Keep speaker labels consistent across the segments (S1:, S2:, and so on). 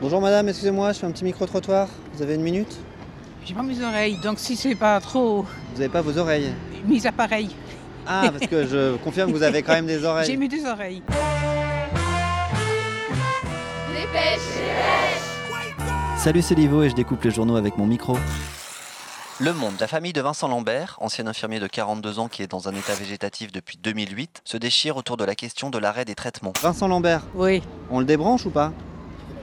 S1: Bonjour madame, excusez-moi, je fais un petit micro-trottoir. Vous avez une minute
S2: J'ai pas mes oreilles, donc si c'est pas trop
S1: Vous n'avez pas vos oreilles
S2: mes appareils,
S1: Ah, parce que je confirme que vous avez quand même des
S2: j'ai
S1: oreilles.
S2: mis des oreilles.
S1: Salut, c'est Livo et je découpe les journaux avec mon micro. Le Monde, la famille de Vincent Lambert, ancien infirmier de 42 ans qui est dans un état végétatif depuis 2008, se déchire autour de la question de l'arrêt des traitements. Vincent Lambert,
S2: Oui,
S1: on le débranche ou pas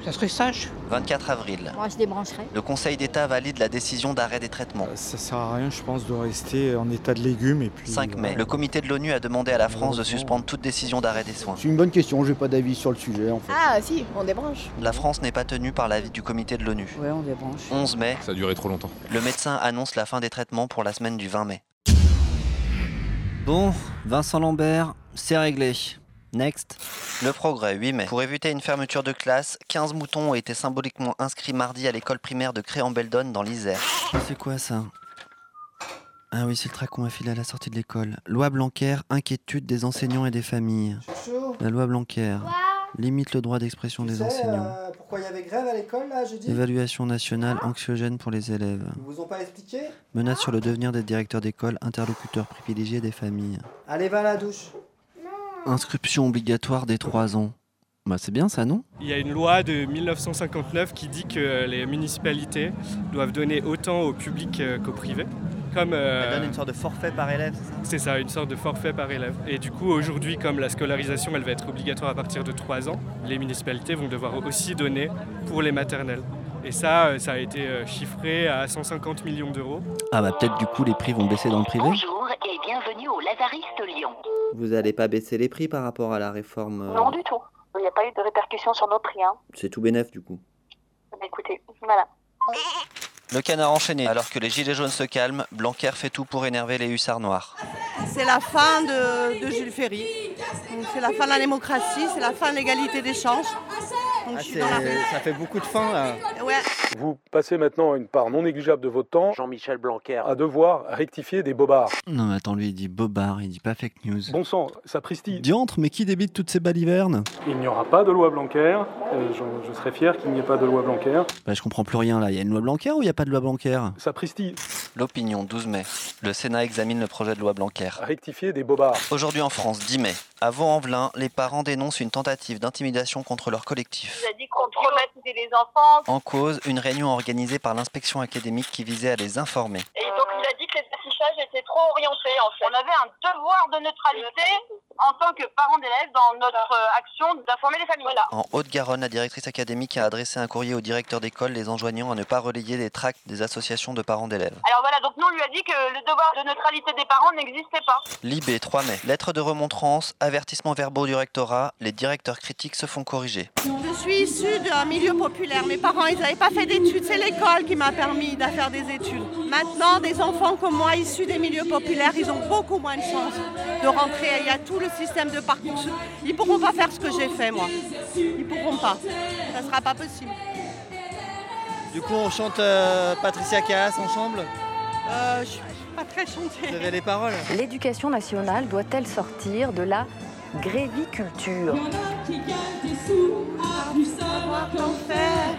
S2: ça serait sage.
S1: 24 avril,
S3: Moi, je débrancherai.
S1: le Conseil d'État valide la décision d'arrêt des traitements.
S4: Euh, Ça sert à rien, je pense, de rester en état de légumes et puis.
S1: 5 mai,
S4: voilà.
S1: le comité de l'ONU a demandé à la France de suspendre toute décision d'arrêt des soins.
S5: C'est une bonne question, j'ai pas d'avis sur le sujet en fait.
S3: Ah, si, on débranche.
S1: La France n'est pas tenue par l'avis du comité de l'ONU.
S3: Ouais, on débranche.
S1: 11 mai,
S6: Ça a duré trop longtemps.
S1: le médecin annonce la fin des traitements pour la semaine du 20 mai. Bon, Vincent Lambert, c'est réglé. Next. Le progrès, 8 mai. Pour éviter une fermeture de classe, 15 moutons ont été symboliquement inscrits mardi à l'école primaire de Créambeldonne dans l'Isère. C'est quoi ça Ah oui, c'est le tracon affilé à la sortie de l'école. Loi Blanquer, inquiétude des enseignants et des familles. La loi Blanquer limite le droit d'expression des enseignants.
S5: pourquoi il y avait grève à l'école là jeudi
S1: Évaluation nationale anxiogène pour les élèves.
S5: Ils vous ont pas expliqué
S1: Menace sur le devenir des directeurs d'école, interlocuteurs privilégiés des familles.
S5: Allez va à la
S7: Euh,
S5: douche.
S1: Inscription obligatoire dès 3 ans. Bah c'est bien ça, non
S8: Il y a une loi de 1959 qui dit que les municipalités doivent donner autant au public euh, qu'au privé. Comme euh,
S1: sorte de forfait par élève, c'est ça
S8: c'est ça, une sorte de forfait par élève. Et du coup, aujourd'hui, comme la scolarisation, elle va être obligatoire à partir de 3 ans, les municipalités vont devoir aussi donner pour les maternelles. Et ça, euh, ça a été euh, chiffré à 150 millions d'euros.
S1: Ah bah peut-être du coup les prix vont baisser dans le privé
S9: Bonjour et bienvenue au Lazariste Lyon.
S1: Vous allez pas baisser les prix par rapport à la réforme euh,
S9: Non du tout. Il n'y a pas eu de répercussions sur nos prix. Hein.
S1: C'est tout bénef du coup.
S9: Mais Écoutez, voilà.
S1: Le canard enchaîné. Alors que les gilets jaunes se calment, Blanquer fait tout pour énerver les hussards noirs.
S7: C'est la fin de, de Jules Ferry. Donc, C'est la fin de la démocratie, c'est la fin de l'égalité des chances.
S5: Ah,
S7: Donc, je suis dans la rue.
S1: Ah, ça fait beaucoup de faim là.
S7: Ouais.
S10: Vous passez maintenant une part non négligeable de votre temps
S5: Jean-Michel Blanquer.
S10: à devoir rectifier des bobards.
S1: Non mais attends, lui il dit bobard, il dit pas fake news.
S10: Bon sang, sapristi.
S1: Diantre, mais qui débite toutes ces balivernes
S10: Il n'y aura pas de loi Blanquer. Euh, je, je serais fier qu'il n'y ait pas de loi Blanquer.
S1: Bah je comprends plus rien là, il y a une loi Blanquer ou il y a pas de loi Blanquer
S10: Sapristi.
S1: L'opinion, 12 mai. Le Sénat examine le projet de loi Blanquer.
S10: Rectifier des bobards.
S1: Aujourd'hui en France, 10 mai. À Vaux-en-Velin, les parents dénoncent une tentative d'intimidation contre leur collectif.
S9: dit qu'on traumatisait les enfants
S1: En cause, une réunion organisée par l'inspection académique qui visait à les informer.
S9: et donc il a dit que les affichages étaient trop orientés en fait. On avait un devoir de neutralité en tant que parents d'élèves dans notre euh, action d'informer les familles. Voilà.
S1: En Haute-Garonne, la directrice académique a adressé un courrier au directeur d'école les enjoignant à ne pas relayer les tracts des associations de parents d'élèves.
S9: Alors voilà, donc nous on lui a dit que le devoir de neutralité des parents n'existait pas.
S1: Libé, 3 mai. Lettre de remontrance, avertissements verbaux du rectorat, les directeurs critiques se font corriger.
S7: Je suis issue d'un milieu populaire. Mes parents, ils n'avaient pas fait d'études. C'est l'école qui m'a permis de faire des études. Maintenant, des enfants comme moi, issus des milieux populaires, ils ont beaucoup moins de chances de rentrer. Il y a tout le système de parcours. Ils pourront pas faire ce que j'ai fait, moi. Ils pourront pas. Ça sera pas possible.
S5: Du coup on chante
S1: euh,
S5: Patricia Caas ensemble.
S7: Euh, je suis pas très chantée.
S5: avez les paroles.
S3: L'éducation nationale doit-elle sortir de la gréviculture
S7: savoir qu'en faire.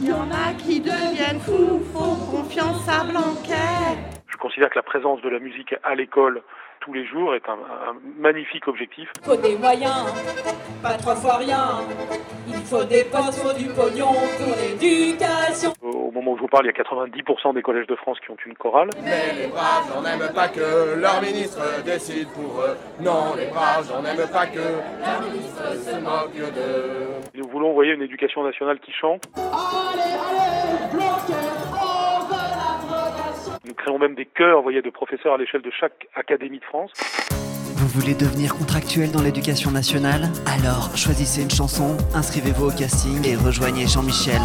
S7: Il y en a qui deviennent fous, font confiance à Blanquer.
S10: Je considère que la présence de la musique à l'école tous les jours est un, un magnifique objectif.
S11: Faut des moyens, pas trois fois rien. Il faut des postes, faut du pognon pour l'éducation.
S10: Au- Au moment où je vous parle, il y a 90% des collèges de France qui ont une chorale.
S11: Mais les braves, on n'aime pas que leur ministre décide pour eux. Non, les braves, on n'aime pas que leur ministre se moque d'eux.
S10: Nous voulons envoyer une éducation nationale qui chante. Nous créons même des chœurs, vous voyez, de professeurs à l'échelle de chaque académie de France.
S1: Vous voulez devenir contractuel dans l'éducation nationale Alors choisissez une chanson, inscrivez-vous au casting et rejoignez Jean-Michel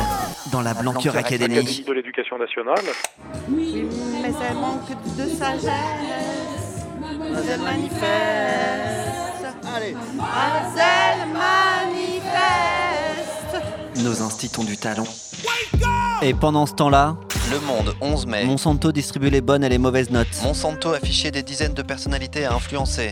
S1: dans la Blanqueur
S10: Académie de l'éducation nationale.
S7: Mais elle manque de sagesse. Elle manifeste.
S5: Allez.
S7: Elle manifeste.
S1: Nos instits ont du talent. Et pendant ce temps-là,
S6: Le Monde, 11 mai.
S1: Monsanto distribue les bonnes et les mauvaises notes.
S6: Monsanto affichait des dizaines de personnalités à influencer.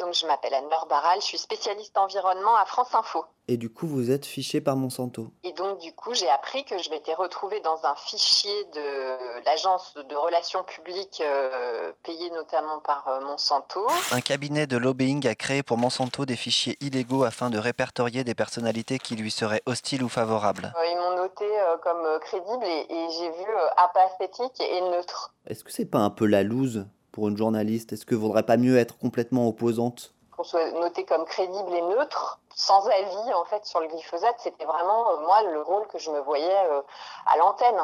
S9: Donc je m'appelle Anne-Laure Barral, je suis spécialiste environnement à France Info.
S1: Et du coup, vous êtes fiché par Monsanto.
S9: Et
S12: donc, du coup, j'ai appris que je m'étais retrouvée dans un fichier de l'agence de relations publiques euh, payée notamment par euh, Monsanto.
S1: Un cabinet de lobbying a créé pour Monsanto des fichiers illégaux afin de répertorier des personnalités qui lui seraient hostiles ou favorables.
S12: Euh, ils m'ont noté euh, comme euh, crédible et, et j'ai vu euh, apathétique et neutre.
S13: Est-ce que c'est pas un peu la loose pour une journaliste Est-ce que vaudrait pas mieux être complètement opposante
S12: Qu'on soit noté comme crédible et neutre, sans avis en fait sur le glyphosate, c'était vraiment euh, moi le rôle que je me voyais euh, à l'antenne.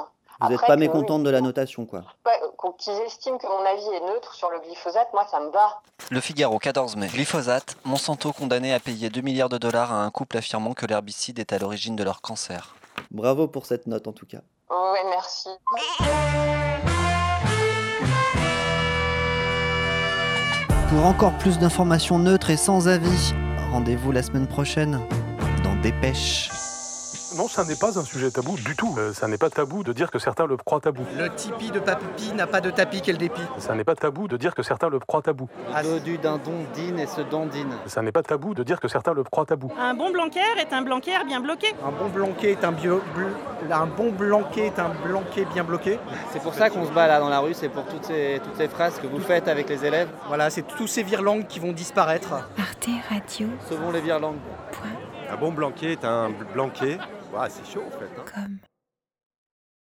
S13: Vous n'êtes
S12: Après
S13: pas
S12: que,
S13: mécontente de la notation, quoi.
S12: oui, pas- qu'on- Qu'ils estiment que mon avis est neutre sur le glyphosate, moi ça me va.
S1: Le Figaro, 14 mai. Glyphosate, Monsanto condamné à payer 2 milliards de dollars à un couple affirmant que l'herbicide est à l'origine de leur cancer.
S13: Bravo pour cette note, en tout cas.
S12: Ouais, merci.
S1: Pour encore plus d'informations neutres et sans avis, rendez-vous la semaine prochaine dans Dépêche.
S10: Non, ça n'est pas un sujet tabou du tout. Euh, ça n'est pas tabou de dire que certains le croient tabou.
S5: Le tipi de Papipi n'a pas de tapis qu'elle dépit.
S10: Ça n'est pas tabou de dire que certains le croient tabou.
S5: À du d'un dondine et se dandine.
S10: Ça n'est pas tabou de dire que certains le croient tabou.
S2: Un bon Blanquer est un Blanquer bien bloqué.
S8: Un bon blanquet est un bio, bl- un bon blanquet est un blanquet bien bloqué.
S5: C'est pour ça qu'on se bat là dans la rue, c'est pour toutes ces, toutes ces phrases que vous faites avec les élèves. Voilà, c'est tous ces virlangues qui vont disparaître.
S14: Arte Radio.
S5: Sauvons les virlangues.
S11: Un bon blanquet est un blanquet. Ouah, c'est chaud en fait. hein.
S14: Comme.